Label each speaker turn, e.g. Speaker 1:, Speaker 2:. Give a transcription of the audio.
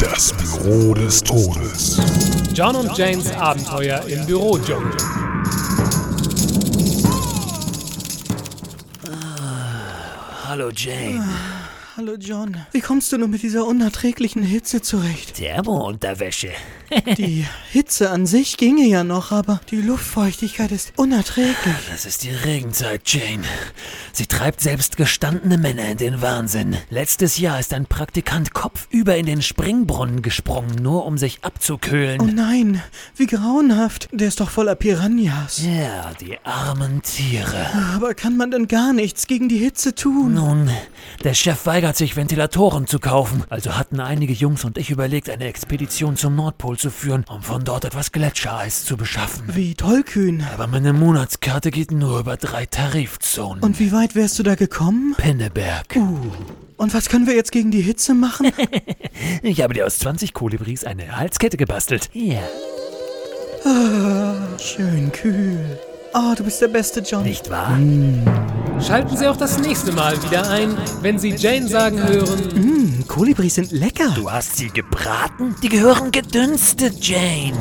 Speaker 1: Das Büro des Todes.
Speaker 2: John und Janes Abenteuer im Büro, John.
Speaker 3: Hallo Jane.
Speaker 4: Hallo John. Wie kommst du nur mit dieser unerträglichen Hitze zurecht?
Speaker 3: Thermounterwäsche.
Speaker 4: Die Hitze an sich ginge ja noch, aber die Luftfeuchtigkeit ist unerträglich.
Speaker 3: Das ist die Regenzeit, Jane. Sie treibt selbst gestandene Männer in den Wahnsinn. Letztes Jahr ist ein Praktikant kopfüber in den Springbrunnen gesprungen, nur um sich abzukühlen.
Speaker 4: Oh nein, wie grauenhaft. Der ist doch voller Piranhas.
Speaker 3: ja, die armen Tiere.
Speaker 4: Aber kann man denn gar nichts gegen die Hitze tun?
Speaker 3: Nun, der Chef weigert sich, Ventilatoren zu kaufen. Also hatten einige Jungs und ich überlegt, eine Expedition zum Nordpol zu führen, um von dort etwas Gletschereis zu beschaffen.
Speaker 4: Wie tollkühn.
Speaker 3: Aber meine Monatskarte geht nur über drei Tarifzonen.
Speaker 4: Und wie weit wärst du da gekommen?
Speaker 3: Pinneberg.
Speaker 4: Und was können wir jetzt gegen die Hitze machen?
Speaker 3: Ich habe dir aus 20 Kolibris eine Halskette gebastelt. Ja.
Speaker 4: Schön kühl. Oh, du bist der Beste, John.
Speaker 3: Nicht wahr?
Speaker 2: Schalten Sie auch das nächste Mal wieder ein, wenn Sie Jane sagen hören.
Speaker 4: Kolibris sind lecker.
Speaker 3: Du hast sie gebraten? Die gehören gedünstet, Jane.